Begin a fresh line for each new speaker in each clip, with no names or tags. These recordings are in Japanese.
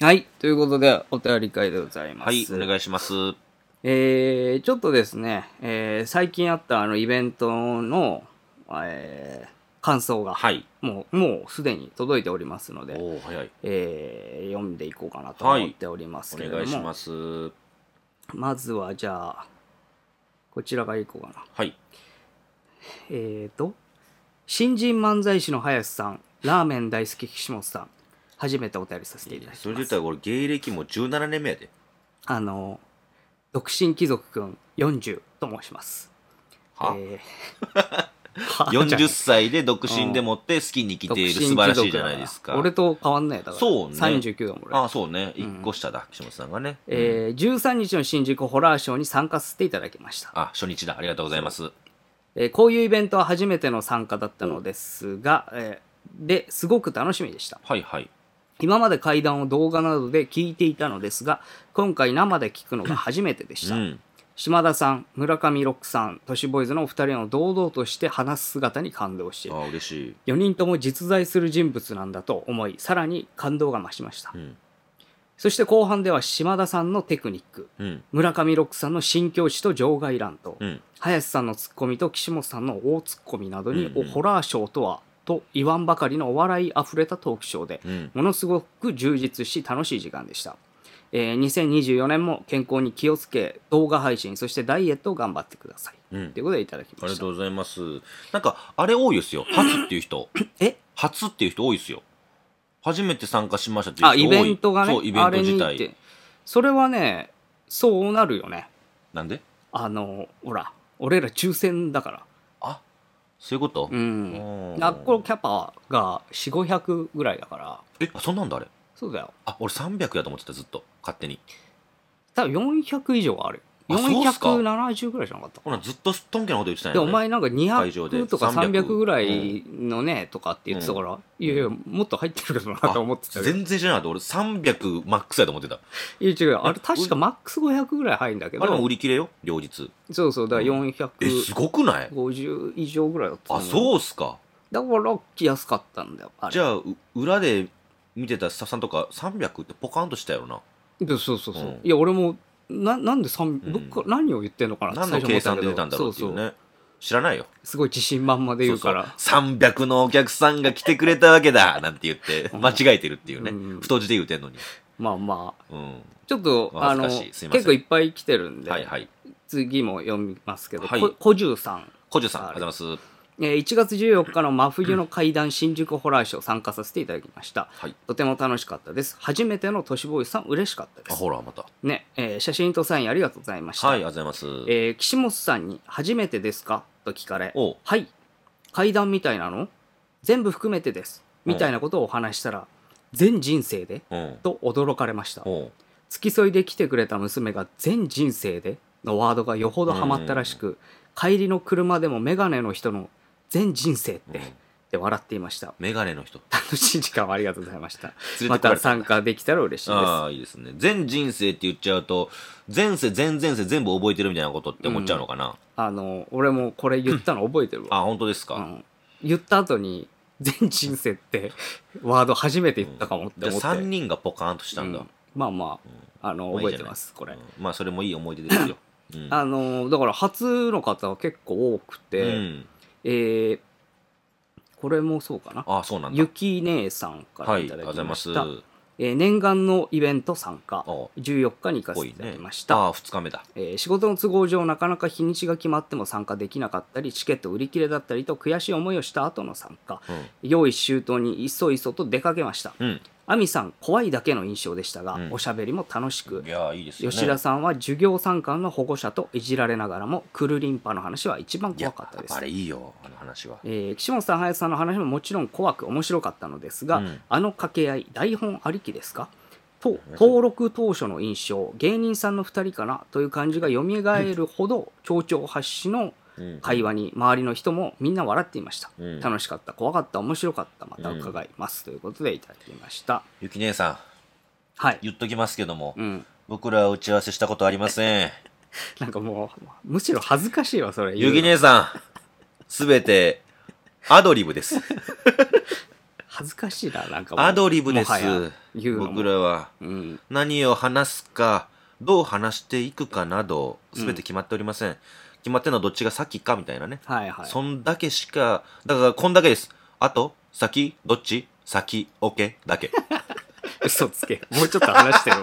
はい。ということで、お便り会でございます。
はい、お願いします。は
えー、ちょっとですね、えー、最近あったあのイベントの、えー、感想が、
い。
もう、もうすでに届いておりますので、
おお早い。
えー、読んでいこうかなと思っております
お
けれども、。
願いしますす。は
まずは、じゃあ、こちらがいこうかな。
い。
えーと、新人漫才師の林さん、ラーメン大好き岸本さん、初めてお便りさせていただきます。
それで言ったら、これ、芸歴も17年目やで。
あの、独身貴族くん40と申します。
は
えーはじゃない
40歳で独身でもって好きに生きている素晴らしいじゃないですか。
独身貴族だから俺と変わんないよだから。
そうね
39だもん俺。
ああ、そうね。一個下だ、岸本さんがね。
えー、13日の新宿ホラーショーに参加させていただきました。
あ、初日だ。ありがとうございます。
えーこういうイベントは初めての参加だったのですが、えーですごく楽しみでした。
はいはい。
今まで怪談を動画などで聞いていたのですが、今回生で聞くのが初めてでし
う
た。
ん。
島田さん、村上ロックさん、都市ボーイズのお二人の堂々として話す姿に感動してい
あ
る。
あ、嬉しい。
4人とも実在する人物なんだと思い、さらに感動が増しました
う。ん。
そして後半では島田さんのテクニック、
うん。
村上ロックさんの新境地と場外乱と、
うん。
林さんのツッコミと岸本さんの大ツッコミなどに、
うんうん
ホラーショーとは、と言わんばかりのお笑いあふれたトークショーで、
うん。
ものすごく充実し楽しい時間でした、えー2024年も健康に気をつけ動画配信そしてダイエットを頑張ってください、
うん
ということでいただき
あ
ま
り
し
が
た
とうございます。なんか、あれ多いですよ。初っていう人。
え
初っていう人多いですよ。初めて参加しましたっていう人
あ
多い。
イベントがね
そう、イベン
あ
ト
れに行
自
っ
体
て。それはねそうなるよね
なんで
あのほら俺ら抽選だから
あそういうこ
う
とお
ん
ー
学校キャパが4500ぐらいだから
えあそんなんだあれ
そうだよ
あ俺300やと思ってたずっと勝手に
多分400以上はある
あそうっすか
470ぐらいじゃなかったか
ほらずっとすっとんけのこと言ってたん
で
や
お前なんか
会場で
200とか
300
300ぐらいのねとかって言ってたから、いやいやもっと入ってるけどなと思ってたけど
全然知らなかった俺300マックスやと思ってた
いや違うあれ確かマックス500ぐらい入るんだけ
あれも
ど
売り切れよ両日
そうそうだから
えす
450
ごくない
以上ぐらいだった
あ
う
そうっすか
だから来やすかったんだよあれ
じゃあう裏で見てたスタッフさんとか300ってポカンとしたよな
でそうそうそう、
うん
いや俺もななんで3、
ん
どっか何を言ってんのかなって
何の計算で出たんだろうってい
そううそう
ね知らないよ
すごい自信満々で言うから
そうそう300のお客さんが来てくれたわ けだなんて言って間違えてるっていうね
うん
太字で言うてんのに
まあまあ
うん
ちょっと
お
あ
恥ず
の
かしいす
結
いません
構いっぱい来てるんで、
はいはい
次も読みますけど、
はい
こ小十さん
小樹さんありがとうございます
えー1月14日の真冬の怪談新宿ホラーショー参加させていただきました。
はい
とても楽しかったです。初めての都市ボーイさん嬉しかったで
あ
す。
ほらまた
ね、えー写真とサインありがとうございました。
はい、ありがとうございます。
えー岸本さんに初めてですかと聞かれ
おう、
はい、怪談みたいなの全部含めてです。みたいなことをお話ししたら、全人生で
うん。
と驚かれました。
おう
付き添いで来てくれた娘が全人生でのワードがよほどハマったらしく、帰りの車でもメガネの人の全人生って、
うん
で笑っていました。
メガネの人。
楽しい時間をありがとうございました。
連
ま
れてこら
た
れた
参加できたら嬉しいです。
ああ、いいですね。全人生って言っちゃうと、前世、前々世全部覚えてるみたいなことって思っちゃうのかな。
あの、俺もこれ言ったの覚えてるわ。
あ、本当ですか。
うん言った後に、全人生ってワード初めて言ったかもって
じゃあ
思って。
3人がポカーンとしたんだ。
うんまあまあ、あの、
まあいい
覚え
じゃ
て
ない
ます、これ。
うんまあ、それもいい思い出ですよ。うん。
あの、だから初の方は結構多く
う
て、
ん
えーこれもそうかな。
あ、そうなんだ。
ゆき姉さんから
はい、あり
い
が
た
と
だ
うご
き
ざい
ま
ます
し。た。えー念願のイベント参加
お、
14日に行かせ
多
てい
い
ただ
ね
きまし。た。
ああ、2日目だ。
えー仕事の都合上なかなか日にちが決まっても参加できなかったりチケット売り切れだったりと悔しい思いをした後の参加用意周到にいそいそと出かけました
うん。
亜美さん怖いだけの印象でしたが、
うん
おしゃべりも楽し
う
く
ん。いやー、いいですよね。
吉田さんは授業参観の保護者といじられながらもクルリンパの話は一番
いや
怖かったです
あれいいよ、あの話は。
えー岸本さん、林さんの話ももちろん怖く面白かったのですが、
うん
あの掛け合い、台本ありきですかと登録当初の印象、芸人さんの2人かなという感じが蘇るほど、町長発しの
うん
会話に周りの人もみんな笑っていました。
うん
楽しかった、怖かった、面白かった、また伺います、ということでいただきました。
ゆき姉さ
はい
ん、。言っときますけども
う、ん、
僕らは打ち合わせしたことありませ ん。
なんかもう、むしろ恥ずかしいわ、それ。
ゆ
言う
ぎ
の
姉さん、すべて、アドリブです。
恥ずかしいな、なんかもう
アドリブです
もはや言うのも
僕らは
うん。
何を話すかどう話していくかなど全て決まっておりません、決まってるのはどっちが先かみたいなね、
はいはい。
そんだけしかだからこんだけですあと先どっち先 OK だけ
嘘つけ。もうちょっと話してよ。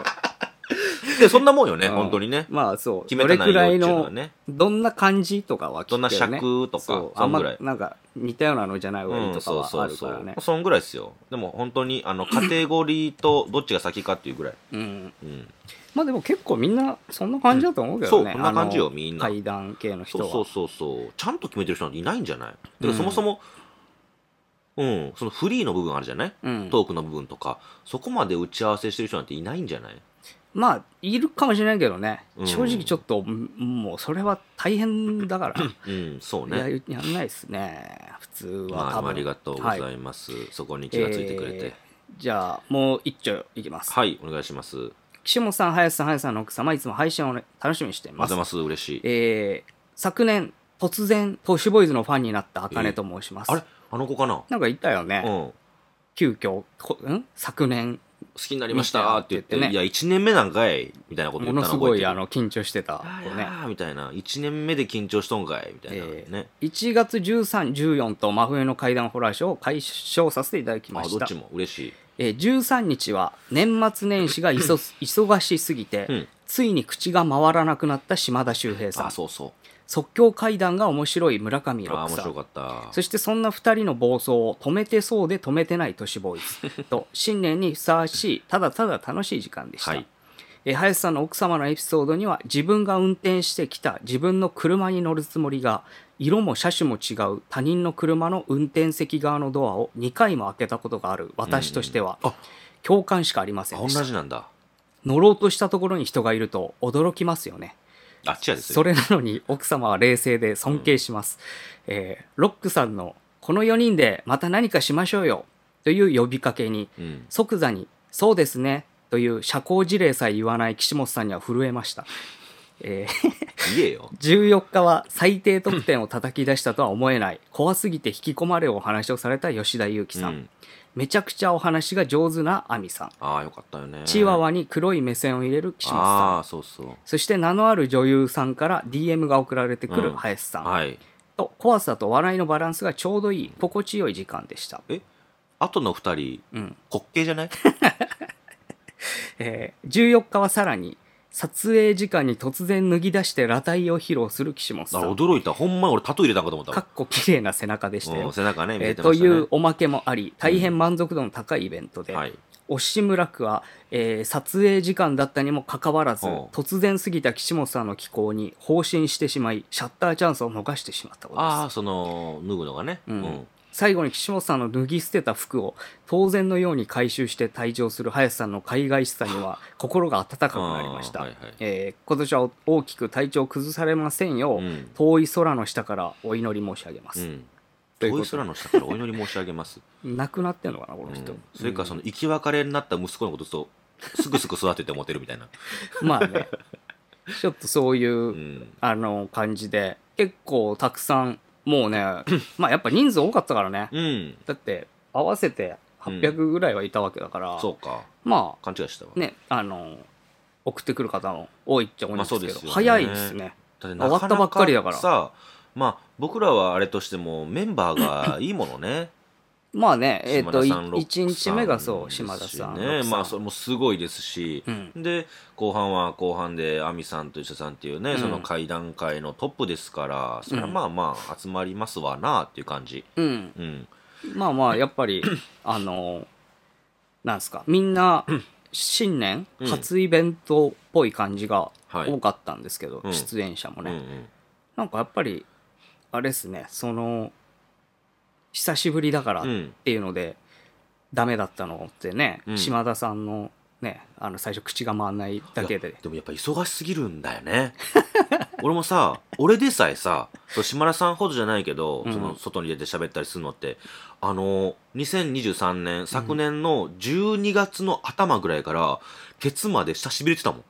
でそんなもんよね
うん
本当にね
まあそう。
決
決め
めた
た
内
内
容って
容
いうの
の
はね
どんな感じとかは聞く
どんな
けね
尺とか
そう
そ
あ
ん
ん
ぐ
ま
らい
なんか似たようなのじゃない方がいいとかはあるからね
そんぐらいですよでも本当にあ のカテゴリーとどっちが先かっていうぐらい、
うん
うん、
まあでも結構みんなそんな感じだと思うけ
そ
ど
う
ね
こんな感じよ
あの
みんな
階段系の人
そう
は
そうそうそうちゃんと決めてる人なんていないんじゃない
う
てか
ん
そもそもうんそのフリーの部分あるじゃない
うん
トークの部分とかそこまで打ち合わせしてる人なんていないんじゃない
まあいるかもしれないけどね
うん
正直ちょっとうんもうそれは大変だから
うんそう
いや
ね
やんないですね普通は
まあ
多分
ありがとうござ
はい
ます、そこに気がついてくれて、
えーじゃあもう一丁いきます
はいお願いしますあり
岸本さん林さん林さんの奥様いつも配信をね楽しみにしてい
が
ま
と
す
うございます嬉しい
えー昨年突然トッシュボーイズのファンになったあかねと申します、
あれあの子かな
なんか言ったよね、
うん好
急遽こん昨年
きになりましたって言って
見てね
いや1年目なんかいみたいなこと
も
言った
の
の
すごい
覚えてる
あの緊張してた子ね
あーみたいな1年目で緊張しとんかいみたいなね、
えー1月1314と真冬の怪談ホラーショーを解消させていただきま
あ
し
ど
た
っちも嬉しい
えー13日は年末年始がいそ 忙しすぎて、
うん
ついに口が回らなくなった島田秀平さ
あ
ん
そうそう
即興怪談が面白い村上
あー
六
面
さん
白かった
そしてそんな2人の暴走を止めてそうで止めてない都市ボーイ ズと新年にふさわしいただただ楽しい時間でした、
はい
えー林さんの奥様のエピソードには自分が運転してきた自分の車に乗るつもりが色も車種も違う他人の車の運転席側のドアを2回も開けたことがある私としては
あ
共感しかありません
あ同
でした
じなんだ
乗ろうとしたところに人がいると驚きますよね
あっちやです
それなのに奥様は冷静で尊敬します、えーロックさんの「この4人でまた何かしましょうよ」という呼びかけに
うん、
即座に「そうですね」という社交辞令さえ言わない岸本さんには震えました、えー
言えよ
14日は最低得点を叩き出したとは思えない怖すぎて引き込まれるお話をされた吉田裕樹 さん、
うん
めちゃくちゃお話が上手な亜美さん
ああよかったよね
チワワに黒い目線を入れる岸本さん
ああーそうそう
そして名のある女優さんから DM が送られてく
う
る
ん
林さん、
はい
と怖さと笑いのバランスがちょうどいい心地よい時間でした、
あとの二人
うん
滑稽じゃない
えー14日はさらに撮影時間に突然脱ぎ出して裸体を披露する岸本
あ
さん
驚いたほんまに俺タトゥー入れたんかと思った
か
わ
っこ綺麗な背中でした
う
よ
ん、背中ね見
え
え
ー
てま
と
したね、
いうおまけもあり大変満足度の高いイベントで、
はい、
押村区は、えー撮影時間だったにもかかわらず
ほう
突然過ぎた岸本さんの寄稿に放心してしまいシャッターチャンスを逃してしまったことです
ああその脱ぐのがね、
うん最後に岸本さんの脱ぎ捨てた服を当然のように回収して退場する林さんの海外しさには心が温かくなりました、
あーはいはい
えー今年は大きく体調を崩されませんよう、
うん
遠い空の下からお祈り申し上げま
う
す、
ん
という
遠
こ
い
と
空の下からお祈り申し上 げます、
亡くなってんのかなこ
う
の
ん
人、
それかそ
の、
の生き別れになった息子のこととすぐすぐ育てて思ってるみたいな、
まあねちょっとそう いう、
うん、
あの感じで結構たくさんも うねまあやっぱ人数多かったからね、
うん。
だって合わせて800ぐらいはいたわけだから、
そうか。
まあ
勘違いしてたわ。
ね、あの送ってくる方も多いっちゃ多いんですけど、
まあそうですよね
早いですね。
だって
終わったばっかりだから
ななさ、まあ、僕らはあれとしても、メンバーがいいものね。
まあね、 えっ、と、
島田さんロックさん
1日目がそう、島田さん。ロッ
ね。
クさん
まあ、それもすごいですし
う。ん、
で、後半は後半で、亜美さんと石田さんっていうね、
うん
その会談会のトップですから、それはまあまあ、集まりますわなっていう感じ。
うん。
うん。
まあまあ、やっぱ り、あの、なんすか、みんな、新年、
うん
初イベントっぽい感じが
はい
多かったんですけど、
うん
出演者も
うん
ね、
うん
なんかやっぱり、あれですね、その、久しぶりだからっ
うん。
っていうのでダメだったのってね、
うん
島田さんのねあの最初口が回んないだけ
い
で
やでもやっぱ忙しすぎるんだよね 俺もさ俺でさえさそう島田さんほどじゃないけど、
うん
その外に出て喋ったりするのってあの2023年昨年の12月の頭ぐらいから、ケツまで下しびれてたもん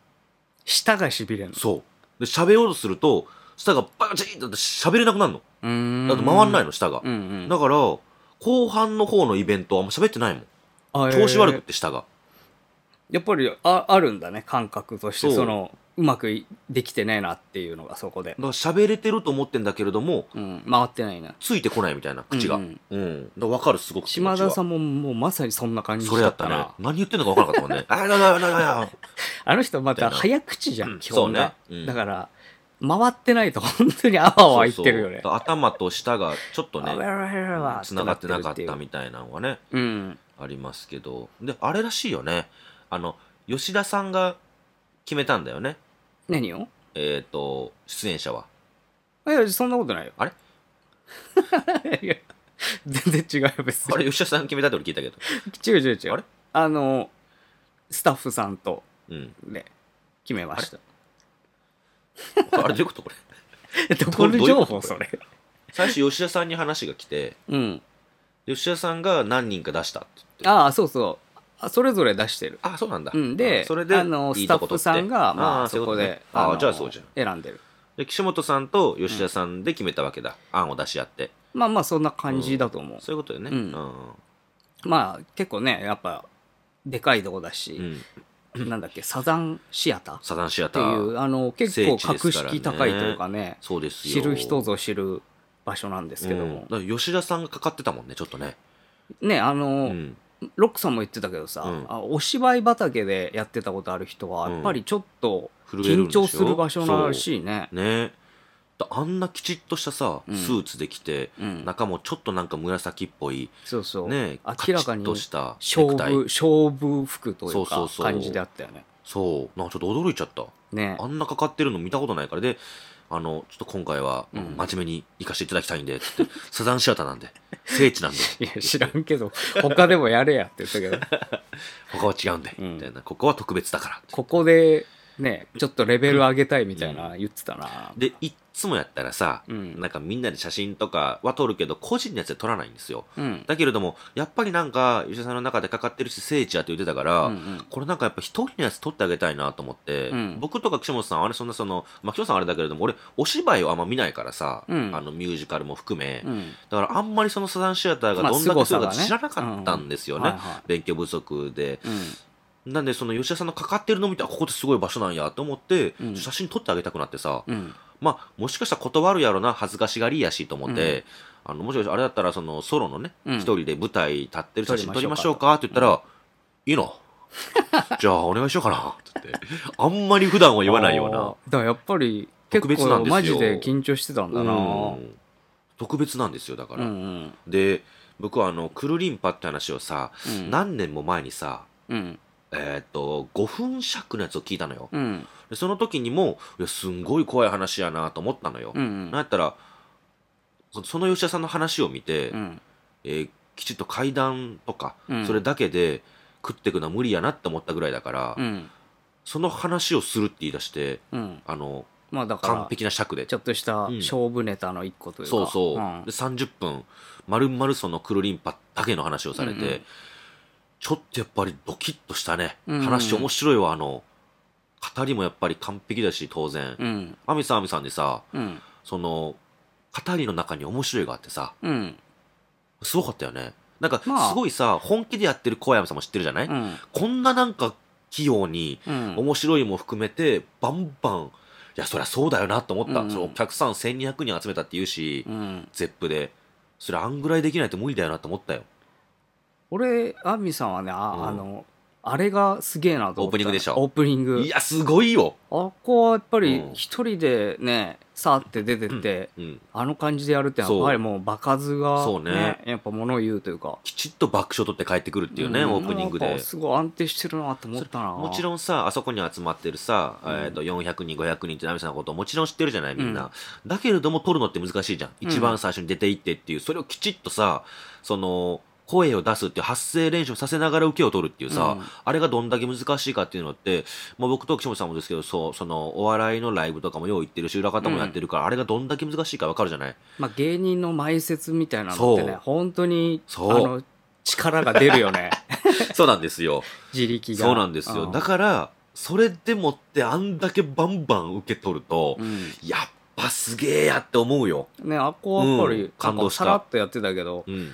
舌がしびれるの
そうで喋ろうとすると舌がバチーンって喋れなくなるの
うーん
だって回んないいの舌が、
うんうん
だから後半の方のイベントはあんま喋ってないもん。
あ
調子悪く
え
って下が。
ーやっぱりああるんだね感覚として
そう
そのうまくいできてねえなっていうのがそこで、
だから喋れてると思ってんだけれども、
うん、回ってないな
ついてこないみたいな、口が。
う
うんん、だから分かる、すごく気持
島
ちは。
田さんももうまさにそんな感じ
それ
だ
や
っ
ったた
な
ね。何言ってんのか分からなかったもんね。 あ、な、な、な、な、な。
あの人また早口じゃ
うんん
基本が、
そうねうん
だから回ってないと本当にあわあわいってるよね
そうそう頭と舌がちょっとね
あわ、あわあわあわ
つながってなかっ
いう
たみたいなのがね、
うん
ありますけど。で、あれらしいよね。あの、吉田さんが決めたんだよね。
何を
えっ、と、出演 者は。
いやそんなことないよ
あれ
いや 全然違うよ別に
あれ、吉田さん決めたって俺聞いたけど。
違う違う違う
あれ
あのスタッフさんと
うん。
ね決めました
あれ、どういうことこれ。
え どこの
どういう
情
こと
報それ
最初、吉田さんに話が来て、
うん
吉田さんが何人か出したって言って。
ああそうそうあそれぞれ出してる
あ、そうなんだ。
うん、で
あそれで
あの
い
ス
い
タ
とこ
ッ
取
フ
って
さんがま
あ
あ
ーそう
そ
い
う
こ
こと
ね
で
あ
の
ーじゃあそうじゃん
選んでる
で岸本さんと吉田さんで決めたわけだ、案を出し合って
まあまあそんな感じだと思う、
そういうことよね
うんまあ結構ねやっぱでかいとこだ
うんう
し、
ん
なんだっけサザンシアターっ
サザンシア
て
タ
い
ー
うあの結構
聖地で
格
すからね
式高いというかね
そうですよ
知る人ぞ知る場所なんですけど
うん
も、
だから吉田さんがかかってたもんねちょっとね
ねあ
う
の、
ん
ロックさんも言ってたけどさ、
うん
あお芝居畑でやってたことある人は
うん
やっぱりちょっと
震える
緊
んでしょ
張する場所らしいね、
ねだあんなきちっとしたさ
う
ス
ん
ーツで着て、
うん
中もちょっとなんか紫っぽい
そうそう、
ね
明らかに
カチッとした
勝
ネクタイ
負勝負服という
そ
か
うそうそう
感じであったよね
そうなんかちょっと驚いちゃった
ね
あんなかかってるの見たことないからであのちょっと今回は
う
真
ん
面目に行かせていただきたいんで、つって サザンシアターなんで聖地なんで
いや知らんけど他でもやれやって言ったけど
他は違うんで、
うん
みたいなここは特別だから
ここでねちょっとレベル上げたいみたいな言ってたな、
でいっつもやったらさ、
うん
なんかみんなで写真とかは撮るけど個人のやつで撮らないんですよ
うんうん
だけれどもやっぱりなんか吉田さんの中でかかってるし聖地やって言ってたから、
うん
これなんかやっぱ一人のやつ撮ってあげたいなと思って、
うん
僕とか岸本さんはあれそんなその、まあ、岸本さんはあれだけれども俺お芝居をあんま見ないからさ、
うん
あのミュージカルも含め、
うん
だからあんまりそのサザンシアターが
まあ
どんだけする
凄さが
か
ね
知らなかったんですよね、
うんはいはい
勉強不足で、
うん
なんでその吉田さんのかかってるの見てあここってすごい場所なんやと思って、
うん
写真撮ってあげたくなってさ、
うん
まあもしかしたら断るやろな恥ずかしがりやしと思って、あのもしかしたらあれだったらそのソロのね
うん
一、人で舞台立ってる写真
撮
撮
り
り
ま
ま
し
し
ょ
ょ
う
う
か
かって言ったら、いいの じゃあお願いしようかなって言ってあんまり普段は言わないよう
あ
な
ーだからやっぱり結
特別な
構
んですよ
マジで緊張してたんだな
うん特別なんですよだか
う
ら、
ん
で僕はあのくるりんぱって話をさ、
うん
何年も前にさ
うん
えーっと5分尺のやつを聞いたのよ、
うん
でその時にもいやすんごい怖い話やなと思ったのよ、
うんうん
なんやったらそその吉田さんの話を見て、
うん
えーきちっと階段とか、
うん
それだけで食ってくのは無理やなって思ったぐらいだから、
うん
その話をするって言い出して
うん
あの
まあだか
完
ら
璧な尺で
ちょっとした
うん
勝負ネタの一個というか、
そうそう、
ん
で30分まるまるそのくるりんぱだけの話をされて、
うんうん
ちょっとやっぱりドキッとしたね、
うんうん
話面白いわあの語りもやっぱり完璧だし当然、
うん
亜美さん亜美さんでさ
うん
その語りの中に面白いがあってさ
うん
すごかったよねなんかす
まあ
ごいさ、本気でやってる小山さんも知ってるじゃない、
うん
こんななんか器用に
うん
面白いも含めてバンバンいやそりゃそうだよなと思った、
うん
そのお客さん1200人集めたって言うし、
うん
ゼップでそれあんぐらいできないと無理だよなと思ったよ
俺アンミさんはねあ,、
うん
あのあれがすげえなと思った
オープニングでしょ
オープニング
いやすごいよ、
あっこはやっぱり
うん
一人でねさーって出てって、
うん、
あの感じでやるってのはやっぱりもう場数が、ね、
そうね
やっぱ物を言うというか
きちっと爆笑取って帰ってくるっていうね、
ん
オープニング
なん
で
かすごい安定してるなと思ったな
もち
ん
ろんさあそこに集まってるさ、
うん
えー、と400人500人ってナミさんのこともちろん知ってるじゃないみんな、だけれども撮るのって難しいじゃん一番最初に出ていってっていうそれをきちっとさその声を出すっていう発声練習をさせながら受けを取るっていう
う
さ、
ん
あれがどんだけ難しいかっていうのって、まあ、僕と岸本さんもですけどそうそのお笑いのライブとかもよう行ってるし裏方もやってるから、あれがどんだけ難しいかわかるじゃない
まあ、芸人の前説みたいなのってね
そう
本当にあ
そう
の力が出るよ ね
そうなんですよ
自力が
そうなんですよ、
うん
だからそれでもってあんだけバンバン受け取ると、
う
やっぱすげえやって思うよ
んねあっこはやっぱ
う
り
ん感動
なんか
した
さらっとやってたけど、
うん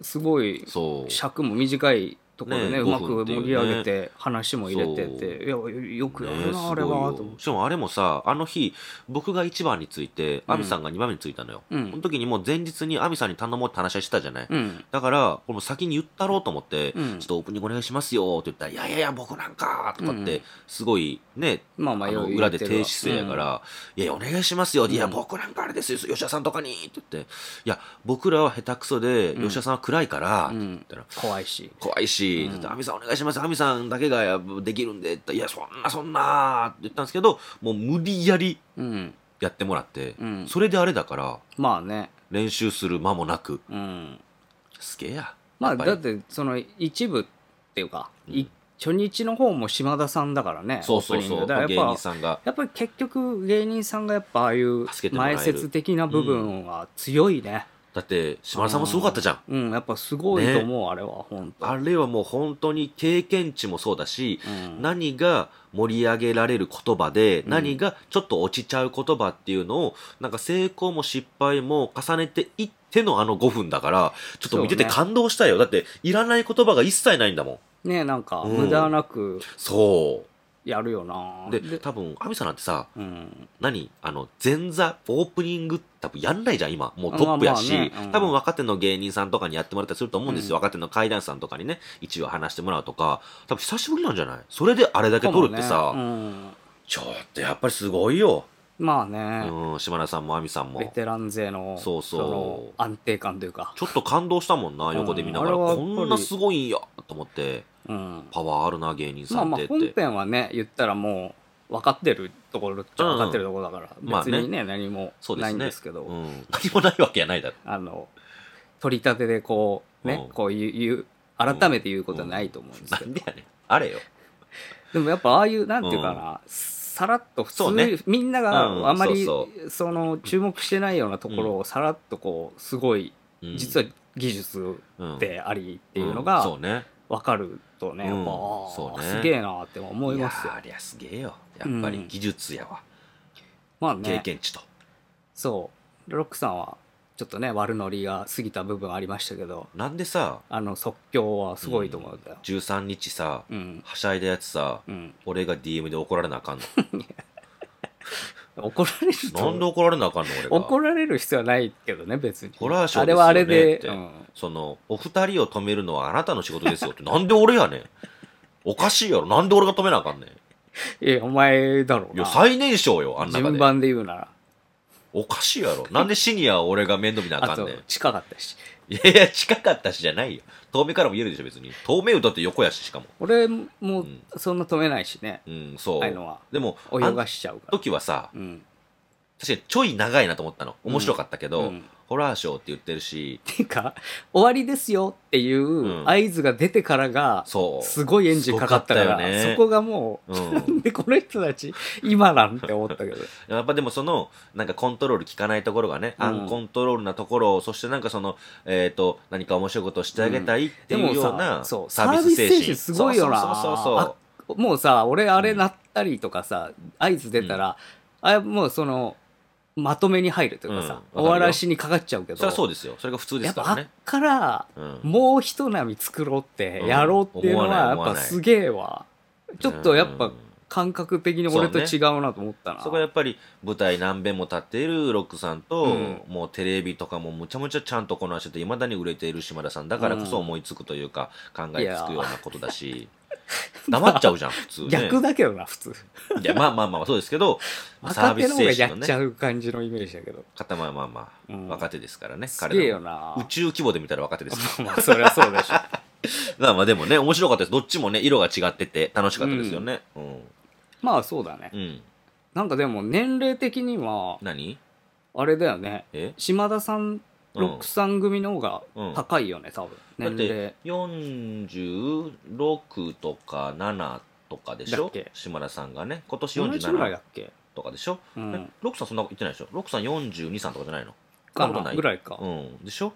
すごい
そう。
尺も短いところでね
ね
うま
5
く
分っていう
盛
ね
り上げて話も入れてていやよよくや
ね
る
す
な、
ご
あ
い
れは
よ
と思って
しかもあれもさあの日僕が1番について
うん
亜美さんが2番目についたのよ、
うん
その時にもう前日に亜美さんに頼もうって話はしてたじゃない、
うん
だから、この先に言ったろうと思って、
うん
ちょっとオープニングお願いしますよって言ったら、いやいやいや、僕なんかとかっ
うん
て、すごいね、
まあまあ
あの
よく
裏で
言ってる
低
わ
姿勢やから、いやいや、お願いしますよ、いや、
うん
僕なんかあれですよ、吉田さんとかにって言って、いや、僕らは下手くそで、
うん
吉田さんは暗いから、
う
って
ん
言ったら、
怖いし
怖いし、
うん
ちょっと亜美さんお願いします、亜美さんだけがやできるんでって言ったら、いや、そんなそんなって言ったんですけど、もう無理やり
うん
やってもらって、
うん
それであれだから、
まあね
練習する間もなく、
うん
すげえや。
まあ
やっぱり
だってその一部っていうか、
うん
い初日の方も島田さんだからね
そうそうそ
オープニング
う、
だから
芸
やっぱ
人さんが。
やっぱり結局芸人さんがやっぱああいう
助けてもらえ
前
る
説的な部分は強いね、
だって、島田さんもすごかったじゃん。
うんやっぱすごいと思う、あれは本当
あれはもう本当に経験値もそうだし、
うん
何が盛り上げられる言葉で、何がちょっと落ちちゃう言葉っていうのを、なんか成功も失敗も重ねていってのあの5分だから、ちょっと見てて
そうね
感動したよ。だって、いらない言葉が一切ないんだもん。
ねえなんか
うん
無駄なく
そ
やるよな、
う。で、多分、アミさんなんてさ、
うん
何あの、前座、オープニング、多分やんないじゃん、今。もうトップやし、
まあまあねうん
多分若手の芸人さんとかにやってもらったりすると思うんですよ。若手の怪談師さんとかにね、一応話してもらうとか、多分久しぶりなんじゃないそれであれだけ撮るってさ、
かもねうん
ちょっとやっぱりすごいよ。
まあ
う
ね、
ん、島田さんも亜美さん
ベ
も。
テラン勢の
そうそう
の安定感というか、
ちょっと感動したもんな、
うん
横で見ながら。
あれはやっぱ
こ
り
んなすごいんや、と思って。
うん、
パワーあるな、芸人
ま
さ
あ
んっ
まあ
てって。
本編はね言ったらもう分かってるところっちゃ分かってるところだから、
うんまあね
別にね,、何も
そうで
な
す
いん
ね。
ですけど
うん。何もないわけやないだろ。
あの取り立てでこうね、
うん
こういう言う改めて言うことはないと思うんです
な
けど、
んでやねん。あれよ。
でもやっぱああいうなんていうかな、さらっと普通、
そうね
みんな
うん
があまり、
そ
その注目してないようなところをさらっとこうすごい、
うん
実は技術
うん
でありっていうの
ん
が
そうね。
分かるとね、
うん
やっぱ、あ
そう
ーす
ね
げえなって思いますよ
やーありゃすげえよやっぱり技術やわ、
まあね
経験値と、
そうロックさんはちょっとね悪ノリが過ぎた部分ありましたけど
なんでさ
あの即興はすごいと思うんだよ、
13日さ
うん
はしゃいだやつさ
うん
俺が DM で怒られな あかんの
怒られると
なんで怒られなあかんの俺が
怒られる必要はないけどね別に
ホラーショー
あれはあれで、
です
う
よね
ん、
そのお二人を止めるのはあなたの仕事ですよってなんで俺やねんおかしいやろなんで俺が止めなあかんねん
いやお前だろう
いや
な
最年少よあん中
順
で
番で言うなら
おかしいやろなんでシニアは俺が面倒見なあ
あ
かん
と
ねん
近かったし
いやいや近かったしじゃないよ遠目からも言えるでしょ別に遠目歌って横やししかも
俺も
ん
そんな止めないしね、
うんそう
ああいうのは
でもあ
泳
ん
がしちゃうから
時はさ
うん
確かにちょい長いなと思ったの面白かったけど、
うん
ホラーショーって言ってるし
ていうか終わりですよってい
うん
う合図が出てからが、
そう
すごいエンジンかかったから
すごったよね
そこがもう
う、
なんん でこの人たち今なんて思ったけど
やっぱでもそのなんかコントロール効かないところがね、
うん
アンコントロールなところをそしてなんかその、えー、と何か面白いことをしてあげたいって
で
いう
も
ような、
さそう
サ
サ
ー
ー
ビ
ビス
ス精
精
神
神すごいよな
そうそうそうそう
もうさ俺あれ
うん
鳴ったりとかさ、合図出たら、あれもうそのまとめに入るというかさ、
うんわかるよ
終わらしにかかっちゃうけど
それはそうですよそれが普通で
や
す
っ
か
ぱあ
ら
っ
ね
から
うん、
もう一波作ろうって
うん
やろうっていうのはや
思
っ
わない
ぱすげえわ、ちょっとやっ
う
ぱ
ん
感覚的に俺と違うなと思ったな、
そこはやっぱり舞台何遍も立っているロックさんと、
うん
もうテレビとかもむちゃむちゃちゃんとこなしてていまだに売れている島田さんだからこそ思いつくというか、考えつくようなことだし黙っちゃうじゃん普通ね
逆だけどな普通
いやまあまあまあそうですけど、まあ、サー
若
ビ
手の
ス
方が
精
や
神の
っちゃ
ね
う感じのイメージだけど、
方まあまあまあ、
うん
若手ですからね
す
彼
げえ
ら
よ
も
な
宇宙規模で見たら若手ですか
まあそりゃそう でしょ
らまあまあでもね面白かったですどっちもね色が違ってて楽しかったですよねうん、うん
まあそうだね、なんかでも年齢的には
何
あれだよね
え
島田さん
うん
六さん組の方が
うん
高いよね多分
だっ
年齢
て46とか7とかでし
だ
ょ
っけ
島田さんがね今年
同じぐらいだ
47
っけ
とかでしょ、
う
うんロックさんそんなこと言ってないでしょロックさん42さんとかじゃないの
か
そんなことな
ないぐらいか
うんでしょ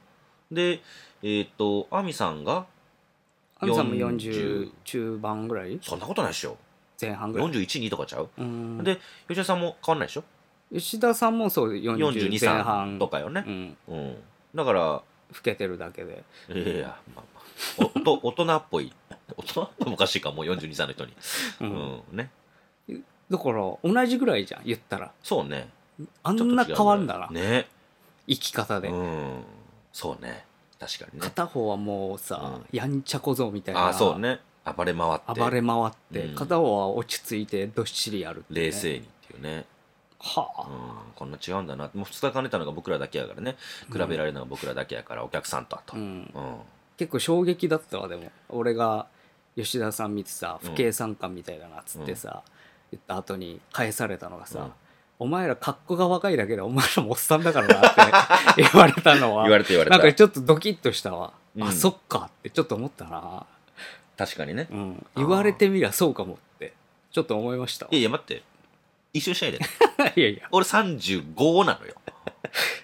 でえっ、と亜美さんが
亜美さんも40
40
中盤ぐらい
そんなことないでしょ
前半ぐらい
412とかちゃう、
うん
で吉田さんも変わんないでしょ
吉田さんもそう40
42
前
さん
半
とかよね
う、ん
うんだから
老けてるだけで
いやいや、まあまあ、おと大 人っぽい。大人っぽいもおかしいか、もう42歳の人に。
う
うんん、ね。
だから同じぐらいじゃん言ったら
そうね。
あ
ちょっと違うん
な変わんだな、
ね。
生き方で、
うん。そうね。確かにね。
片方はもうさ、
う
やんちゃ小僧みたいな
ああ、そうね。暴れ回って。
暴れ回って、
うん
片方は落ち着いてどっしりやるってね、
冷静にっていうね。
は
う
あ、
ん。こんな違うんだな。もう2日兼ねたのが僕らだけやからね。比べられるのが僕らだけやから、お客さんとはと。
う
うん。
ん、結構衝撃だったわでも俺が吉田さん見てさ
うん
不敬参観みたいだなっつってさ、言った後に返されたのがさ、
うん
お前ら格好が若いだけでお前らもおっさんだからなって 言われたのは
言われて言われ
なんか
た。
ちょっとドキッとしたわ、
う
あ
ん
そっかってちょっと思ったな、
確かにね
う。ん、言われてみりゃそうかもってちょっと思いましたわ
いやいや、待って。一周しないで。
いやいや
俺35なのよ。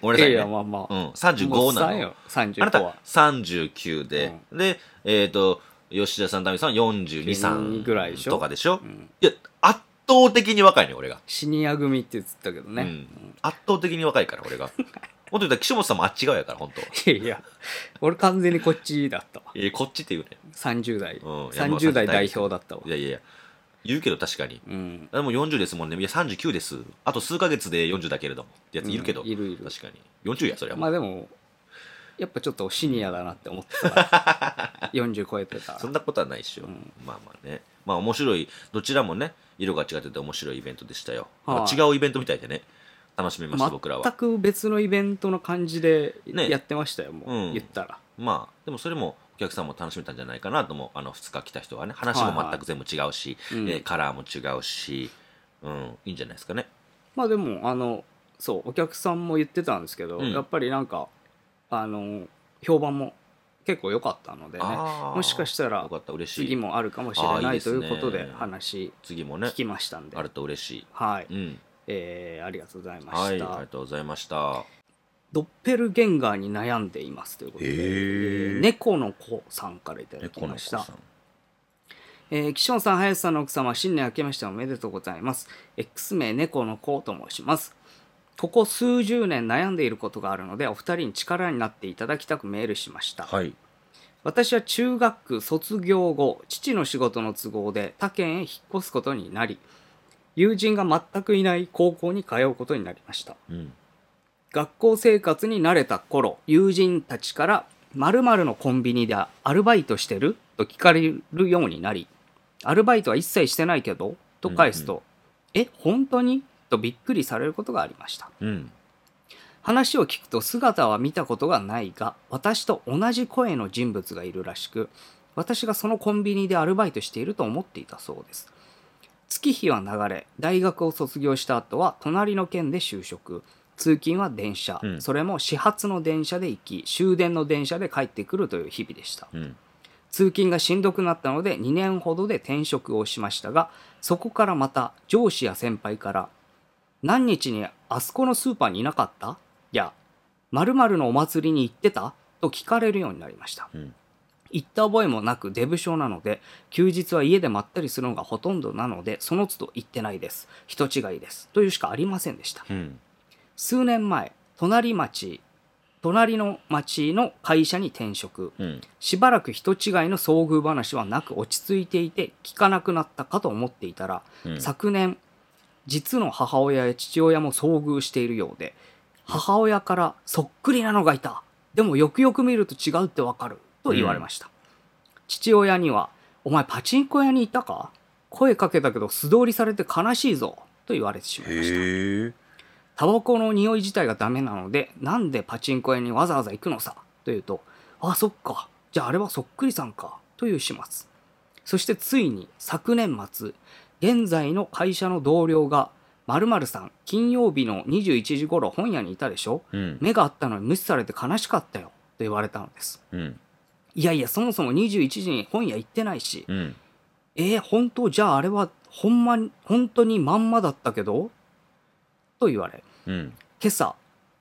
ごめん
いや
なさい
い
ね。
やまあま
う
あ、
ん、35なのよ。
35
あ
は
なた39で、で、えっ、と、吉田さん、ダミさんは42、3
ぐらいでしょ
とかでしょ、
うん
いや、圧倒的に若いね、俺が。
シニア組って言ってたけどね、
う
うん
ん、圧倒的に若いから、俺が。本当に、岸本さんもあっち側やから、本当。
いやいや俺完全にこっちだったわ
えーこっちって言うね。
30代、
うん
30代代表だったわ
いやいやいや、言うけど確かに。
うん
あでも40ですもんね。いや、39です。あと数ヶ月で40だけれども。ってやついるけど。
うんいるいる
確かに。40や、それはも
ま
う。
あでもやっぱちょっとシニアだなって思ってた から40超えてたら
そんなことはないっしょ、
うん
まあまあねまあ面白いどちらもね色が違ってて面白いイベントでしたよ、
はい
まあ違うイベントみたいでね楽しめました僕ら
全
は
く別のイベントの感じで
ね
やってましたよ、もう、
うん
言ったら
まあでもそれもお客さんも楽しめたんじゃないかなと思うあの2日来た人はね話も全く全部違うし、
はいはいうん
えーカラーも違うし、うん、いいんじゃないですかね
まあでもあのそうお客さんも言ってたんですけど、
うん
やっぱりなんかあの評判も結構良かったのでねもしかしたら
よかった嬉しい
次もあるかもしれ
あー
ない
い
い
です
と
ね
いうことで話
次もね
聞きましたんで、
あると嬉し
はい
い、、うん、
えーありがとうございま
はいあ
し
り
た、
がとうございました
ドッペルゲンガーに悩んでいますということで、
へー
猫の子さんからいただき
猫の
ま
子
し
さ
た
ん
えー、岸本さん、林さんの奥様、新年明けましておめでとうございます。X 名猫の子と申します。ここ数十年悩んでいることがあるので、お二人に力になっていただきたくメールしました。
はい
私は中学卒業後、父の仕事の都合で他県へ引っ越すことになり、友人が全くいない高校に通うことになりました。
うん
学校生活に慣れた頃友人たちから「〇〇のコンビニでアルバイトしてる?」と聞かれるようになり「アルバイトは一切してないけど」と返すと「え本当に?」とびっくりされることがありました
うん
話を聞くと姿は見たことがないが私と同じ声の人物がいるらしく私がそのコンビニでアルバイトしていると思っていたそうです月日は流れ大学を卒業した後は隣の県で就職通勤は電車、
うん
それも始発の電車で行き終電の電車で帰ってくるという日々でした
うん
通勤がしんどくなったので2年ほどで転職をしましたがそこからまた上司や先輩から「何日にあそこのスーパーにいなかった?」や「〇〇のお祭りに行ってた?」と聞かれるようになりました
うん
行った覚えもなくデブ症なので休日は家でまったりするのがほとんどなのでその都度行ってないです人違いですというしかありませんでした
うん
数年前隣町隣の町の会社に転職
うん
しばらく人違いの遭遇話はなく落ち着いていて聞かなくなったかと思っていたら、
うん
昨年実の母親や父親も遭遇しているようで母親から「そっくりなのがいたでもよくよく見ると違うってわかる」と言われました、父親には「お前パチンコ屋にいたか声かけたけど素通りされて悲しいぞ」と言われてしまいました
へえ
タバコの匂い自体がダメなので、なんでパチンコ屋にわざわざ行くのさと言うと、あ、そっか。じゃああれはそっくりさんか。という始末。そしてついに昨年末、現在の会社の同僚が、〇〇さん、金曜日の21時頃本屋にいたでしょ
うん
目があったのに無視されて悲しかったよ。と言われたのです。
うん
いやいや、そもそも21時に本屋行ってないし、
うん
えー、本当じゃああれはほんまに、本当にまんまだったけどと言われ、
うん
今朝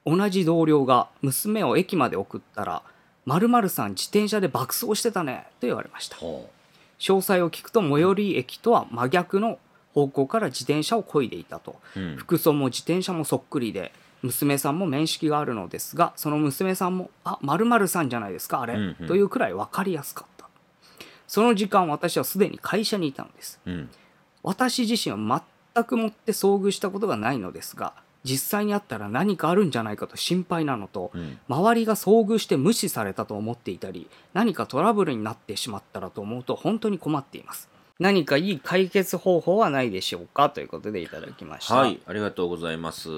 同じ同僚が娘を駅まで送ったら「まるさん自転車で爆走してたね」と言われました
ほう
詳細を聞くと最寄り駅とは真逆の方向から自転車を漕いでいたと
うん
服装も自転車もそっくりで娘さんも面識があるのですがその娘さんも「あまるさんじゃないですかあれ、
うんうん
というくらい分かりやすかったその時間私はすでに会社にいたのです
うん。
私自身は全くもって遭遇したことがないのですが実際にあったら何かあるんじゃないかと心配なのと、
うん。
周りが遭遇して無視されたと思っていたり何かトラブルになってしまったらと思うと本当に困っています何かいい解決方法はないでしょうかということでいただきました、
はい、ありがとうございます。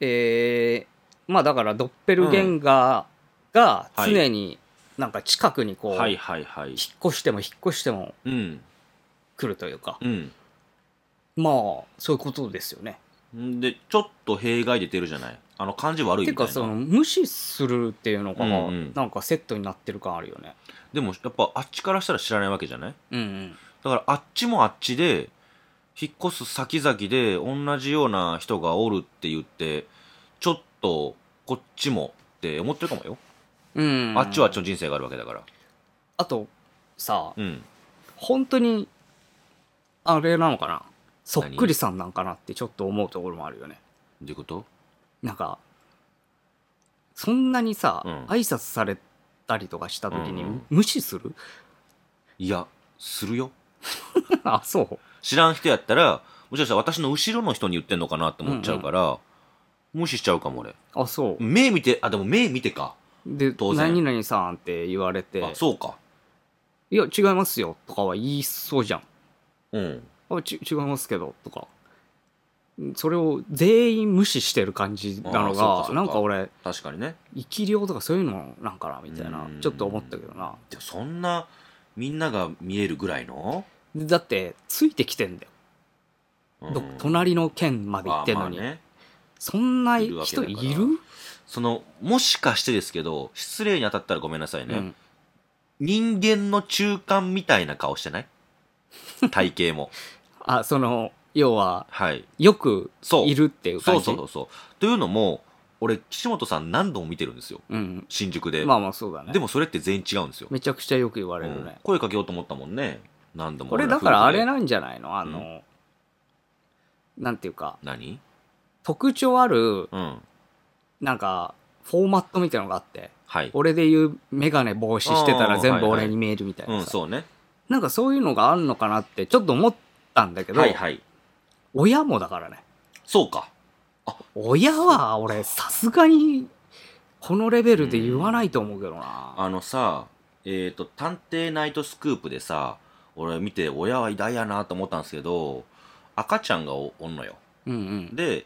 えーまあだからドッペルゲンガーが
うんはい
常になんか近くにこう、
はいはいはい
引。っ越しても引っ越しても
うん。
来るというか、
うん。
まあそういうことですよね
んで、ちょっと弊害出てるじゃないあの、感じ悪い
て
みたい
か
な。
その無視するっていうのが、
うんうん
なんかセットになってる感あるよね
でも、やっぱあっちからしたら知らないわけじゃない
うんうん
だからあっちもあっちで、引っ越す先々で同じような人がおるって言って、ちょっとこっちもって思ってるかもよ。
うん、
あっちはあっちの人生があるわけだから。
あとさ
うん。
本当にあれなのかなそっくりさんなんかなってちょっと思うところもあるよね
どういうこと
なんかそんなにさ、
うん
挨拶されたりとかした時に、
うんうん
無視する
いや、するよ。
あそう
知らん人やったら、もしかしたら私の後ろの人に言ってんのかなって思っちゃうから、無視しちゃうかも俺。
あそう、
目見て、あ、でも目見てか。
で
当然
何々さんって言われて
あ、そうか。
「いや違いますよ」とかは言いそうじゃん
うん。
「あち違いますけど」とかそれを全員無視してる感じな
あ
の
そうか
が
そうか
なんか俺
確かにね。
生き量とかそういうのなんかなみたいな
うん
ちょっと思ったけどな
でもそんな、みんなが見えるぐらいの、
でだってついてきてんだよ、
うん
ど隣の県まで行ってんのに、
あまあね
そんない
るわけだ
人
から
いる
その、もしかしてですけど、失礼に当たったらごめんなさいね。
うん
人間の中間みたいな顔し てない体型も。
あその要は
はい。
よく
そう。
いるっていう
そ
感
う
じ
そうそうそう。というのも、俺、岸本さん何度も見てるんですよ。
うん、
新宿で。
まあまあそうだね
でもそれって全員違うんですよ。
めちゃくちゃよく言われ
う
る
ん
ね、
声かけようと思ったもんね。何度も。
これだからあれ
な。
なんじゃないのあの、なんていうか
何
特徴ある
うん。
なんかフォーマットみたいのがあって
はい。
俺で言う眼鏡帽子してた
あ
ら
ー
全部
はいはい、
俺に見えるみたいうなんさ
そうね。
なんかそういうのがあるのかなってちょっと思ったんだけど、
はいはい。
親もだからね
そうか。
親は俺さすがにこのレベルで言わないと思うけどな、
あのさ、えっ、と、探偵ナイトスクープでさ、俺見て、親は偉大やなと思ったんですけど、赤ちゃんがおおんのよ。
うん、うん
で、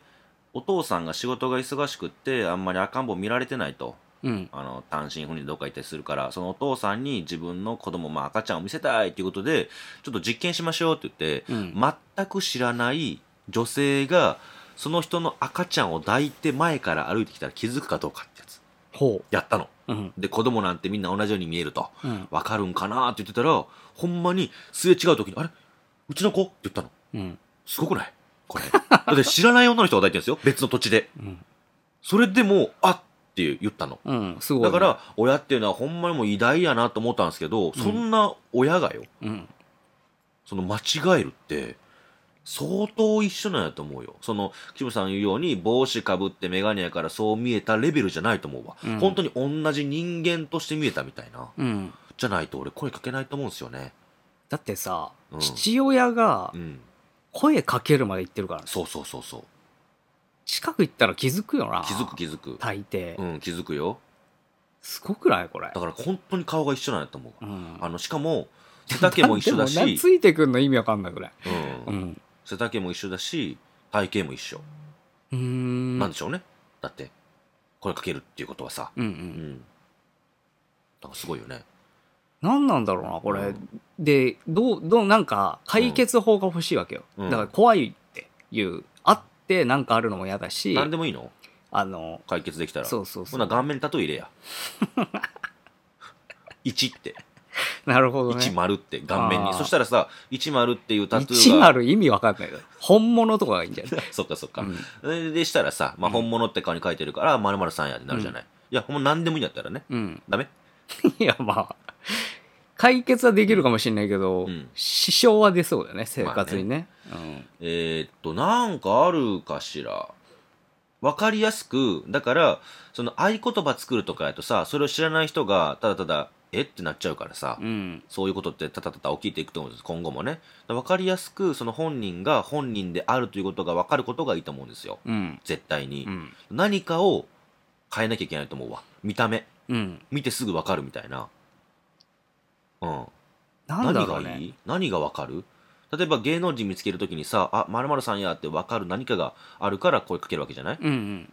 お父さんが仕事が忙しくって、あんまり赤ん坊見られてないと。
うん
あの、単身赴任でどっか行ったりするから、そのお父さんに自分の子供、まあ赤ちゃんを見せたいっていうことで、ちょっと実験しましょうって言って、
うん
全く知らない女性が、その人の赤ちゃんを抱いて前から歩いてきたら気づくかどうかってやつ。
ほ
やったの。
ううん
で、子供なんてみんな同じように見えると。
うん
わかるんかなって言ってたら、ほんまにすれ違う時に、あれうちの子って言ったの。
うん
すごくない これ。だって知らない女の人が抱いてるんですよ。別の土地で。
うん
それでも、あっって言ったの。
うんすごい
だ
ね、
から、親っていうのはほんまにもう偉大やなと思ったんですけど、そんな親がよ、
うん
その間違えるって、相当一緒なんやと思うよ。その、キムさん言うように、帽子かぶってメガネやからそう見えたレベルじゃないと思うわ。
うん
本当に同じ人間として見えたみたいな。
うん
じゃないと俺声かけないと思うんですよね。
だってさ、
うん
父親が
うん。
声かけるまで言ってるからね
そうそうそうそう。
近く行ったら気づくよな
気づく気づく。
大抵、
うん、気づくよ。
すごくないこれ
だから本当に顔が一緒なんやと思う
う
わ。
ん
あの、しかも、背丈も一緒だ
でも な
し、
ついてくんの意味わかんないぐらい
うん
う。ん
背丈も一緒だし、体型も一緒。
うーん
なんでしょうね。だって、声かけるっていうことはさ。
うんう
うんん。だからすごいよね。
何なんだろうなこれ、
うん
でどうどうなんか解決法が欲しいわけよ、
うん
だから怖いっていうあってなんかあるのも嫌だし
何でもいいの
あの
解決できたら。
そうそうそ
ほ
う
な、顔面にタトゥー入れや。1って。
なるほどね
1丸って、顔面
あ
に。
ー
そしたらさ、1丸っていうタトゥーが。
10意味わかんないけど本物とかがいいんじゃない
そっかそっか
う。ん
ででしたらさ、まあ、
うん
本物って顔に書いてるから、まるまるさんやってなるじゃない。いや、ほんま何でもいいんだったらね。
うん、
ダメ
いやまあ解決はできるかもしれないけど、
うん
支障は出そうだよね生活にね,、
えーっと、なんかあるかしら。わかりやすく、だから、その合言葉作るとかやとさ、それを知らない人が、ただただ、えってなっちゃうからさ、
うん
そういうことってたたたた起きていくと思うんです、今後もね。わかりやすく、その本人が本人であるということがわかることがいいと思うんですよ。
うん
絶対に。
うん
何かを変えなきゃいけないと思うわ。見た目。
うん
見てすぐわかるみたいな。うん。
なんだ
何
ろ
が
う
いい、
ね
何がわかる例えば芸能人見つけるときにさ、あ、まるさんやってわかる何かがあるから声かけるわけじゃない、
うんうん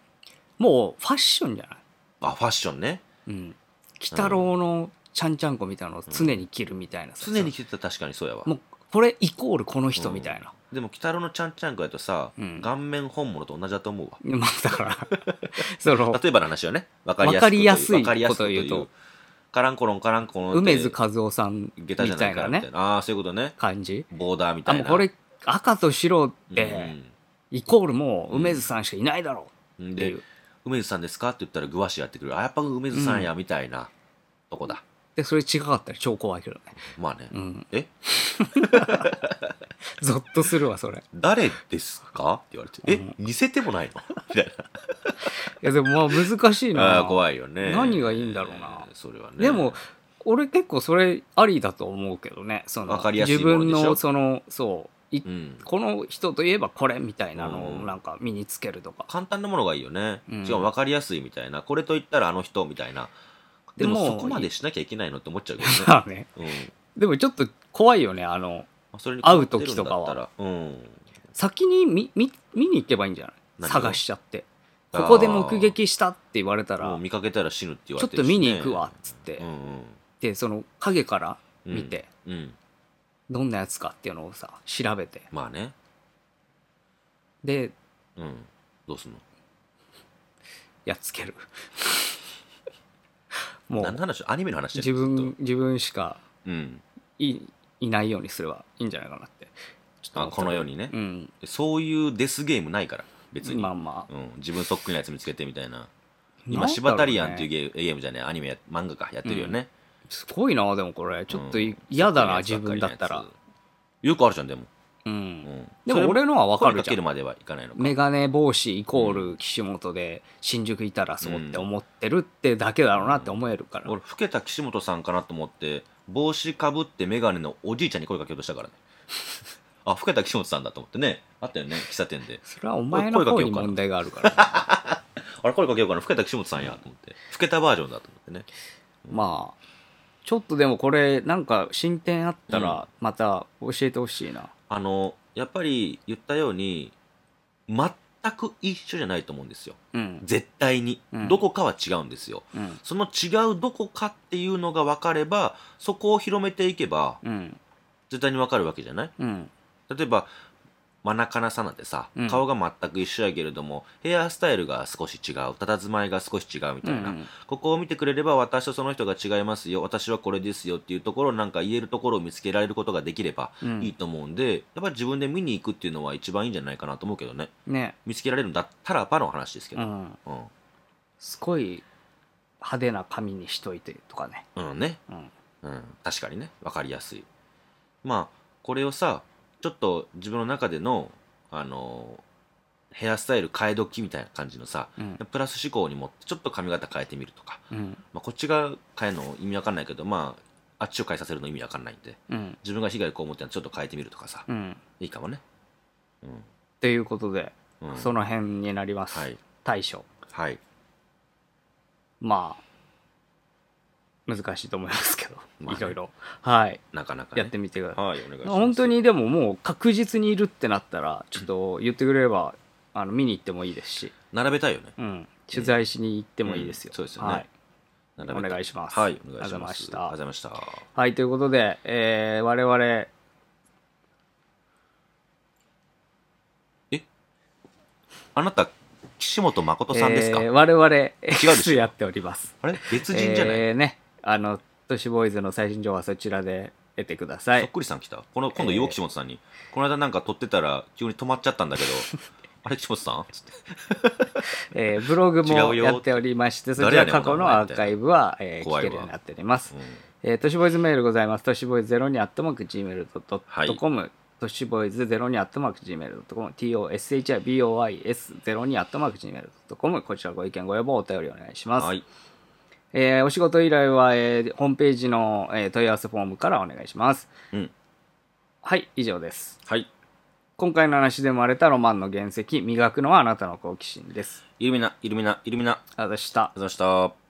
もうファッションじゃない
あ、ファッションね。
うん鬼太郎のちゃんちゃんこみたいなのを常に着るみたいなさ
常に着てたら確かにそうやわ。
もうこれイコールこの人みたいな、
でも、鬼太郎のちゃんちゃんこやとさ、
うん
顔面本物と同じだと思うわ。
まあだから その
例えばの話よね。わか
わかり
り
や
や
す
す
い
い。
ことを言うと。
カランコロンカランコロンって。
梅津和夫さんみ
下駄じゃ
た
ないいか
な
らみた
ね
いな。ああー、そういうことね。
感じ
ボーダーみた
あ
いな。
もうこれ赤と白って、
う
イコールもう梅津さんしかいないだろ
ん。
うって
で
いう、
梅津さんですかって言ったら具足やってくる。あ、やっぱ梅津さんや、みたいなとこだ。
でそれ違かったら超怖いけどね
まあね。
うん
え
ゾッとするわそれい
誰ですかって言われて、え、似せてもないのみたい
やでもまあ難しい
な。
な
ああー、怖いよね。
何がいいんだろうな
えーそれはね。
でも、俺結構それありだと思うけどねその
わかりやすい
自
もの
分
でしょ
のそのそうい
うん。
この人といえばこれみたいなのを
うん
なんか身につけるとか、
簡単なものがいいよね。
うん
しかも分かりやすいみたいな。これと言ったらあの人みたいな。でも
でも
そこまでしなきゃいけないのって思っちゃうけ
ま あね
どね。うん。
でもちょっと怖いよねあの
まあそれに
会う時とかは
困ってるんだったら。うん。
先に見見見に行けばいいんじゃない
何を
探しちゃって
あ
こ
ー
こで目撃したって言われた
も
ら
う見かけたら死ぬって言わ
ちょ
れ
って
る
と
し
見
ね
に行くわっつって、
うんうん
でその影から
うん
見て、
うん
どんなやつかっていうのをさ調べて
まあね
で
うんどうすんの
やっつ けるも
何の
う
話アニメの話だ
自
よ
分自分しか
うん
いいないようにすればいいんじゃないかなってちょっと
あ
思った
この世にね
うん
そういうデスゲームないから別に
まあまあ
うん自分そっくりなやつ見つけてみたいな
な
今
んだろうね
シバタリアンっていうゲーゲームじゃねアニメや漫画かやってるよね
すごいなでもこれちょっとい
うん
嫌だな
そ
自
っく
分
り
だっ
なやつ
たら
よくあるじゃんでも
う
うんん
でも俺のは
わ
分
か
か
る
る
か
じゃ
け
ん
るまではいかないのか
メガネ帽子イコール岸本で新宿いたらそうって思ってるってだけだろうなって思えるから、
俺老けた岸本さんかなと思って帽子かぶって眼鏡のおじいちゃんに声かけようとし たからねあ老けた岸本さんだと思ってねあったよね喫茶店で
それはお前の方に問題があるから、
あれ声かけようかな老けた岸本さんやと思って老けたバージョンだと思ってね
まあちょっとでもこれなんか進展あったらまた教えてほしいな、
あのやっぱり言ったように全く一緒じゃないと思うんですよ
うん
絶対に、
うん
どこかは違うんですよ
うん
その違うどこかっていうのが分かればそこを広めていけば
うん
絶対に分かるわけじゃない
うん
例えばマナカナさんなんてさ、
うん
顔が全く一緒やけれどもヘアスタイルが少し違う佇まいが少し違うみたい
う
な、
ん
ここを見てくれれば私とその人が違いますよ私はこれですよっていうところをなんか言えるところを見つけられることができれば
うん
いいと思うんで、やっぱり自分で見に行くっていうのは一番いいんじゃないかなと思うけどね
ね
見つけられるんだったらばの話ですけ
う
ど、
ん
うん
すごい派手な髪にしといてとかね
うんね、
うん
うん、確かにね分かりやすいまあこれをさちょっと自分の中でのあのヘアスタイル変え時みたいな感じのさ
うん
プラス思考に持ってちょっと髪型変えてみるとか、
うん
まあ、こっちが変えるの意味わかんないけどまああっちを変えさせるの意味わかんないんで
うん
自分が被害こう思ってちょっと変えてみるとかさ、
うん
いいかもね
ということで、
うん
その辺になります、
はい
大将
はい
まあ難しいと思いますけど、
まあね
いろいろはい
なかなか、ね、
やってみてください、
はいお願いします
本当にでももう確実にいるってなったらちょっと言ってくれればあの見に行ってもいいですし、
並べたいよね
うん、取材しに行ってもいいですよ、
うんそうですよね
はい、
並べた
お願いします
はいお願いし
あ
ますあ
り
り
が
がとうございました
はい、ということで、えー我々
あなた、岸本誠さんですか、
えー我々
しょ
X やっております
あれ別人じゃない、
えーねあの都市ボーイズの最新情報はそちらで得てくださ
そっ
い
くりさん来たこの今度、よう岸本さんに、この間なんか撮ってたら、急に止まっちゃったんだ けど、あれ、岸本さんつって
えーブログも
違うよ
やっておりまして、そち
誰
ら
やねん
過去のアーカイブは、えー聞
怖い
け
わ
るようになっております
う。ん
えー、都市ボーイズメールございます。都市ボーイズ0にあっても gmail.com、トッシュボーイズ0にアットマーク Gmail.com、toshiboi-s0 にアットマーク Gmail.com、こちらご意見、ご要望、お便りお願いします。
はい。
えーお仕事依頼は、えーホームページの、えー問い合わせフォームからお願いします。
うん。
はい、以上です。
はい。
今回の話で生まれたロマンの原石、磨くのはあなたの好奇心です。
イルミナ、イルミナ、イルミナ。あ
あ
りがと
ざした。
うございました。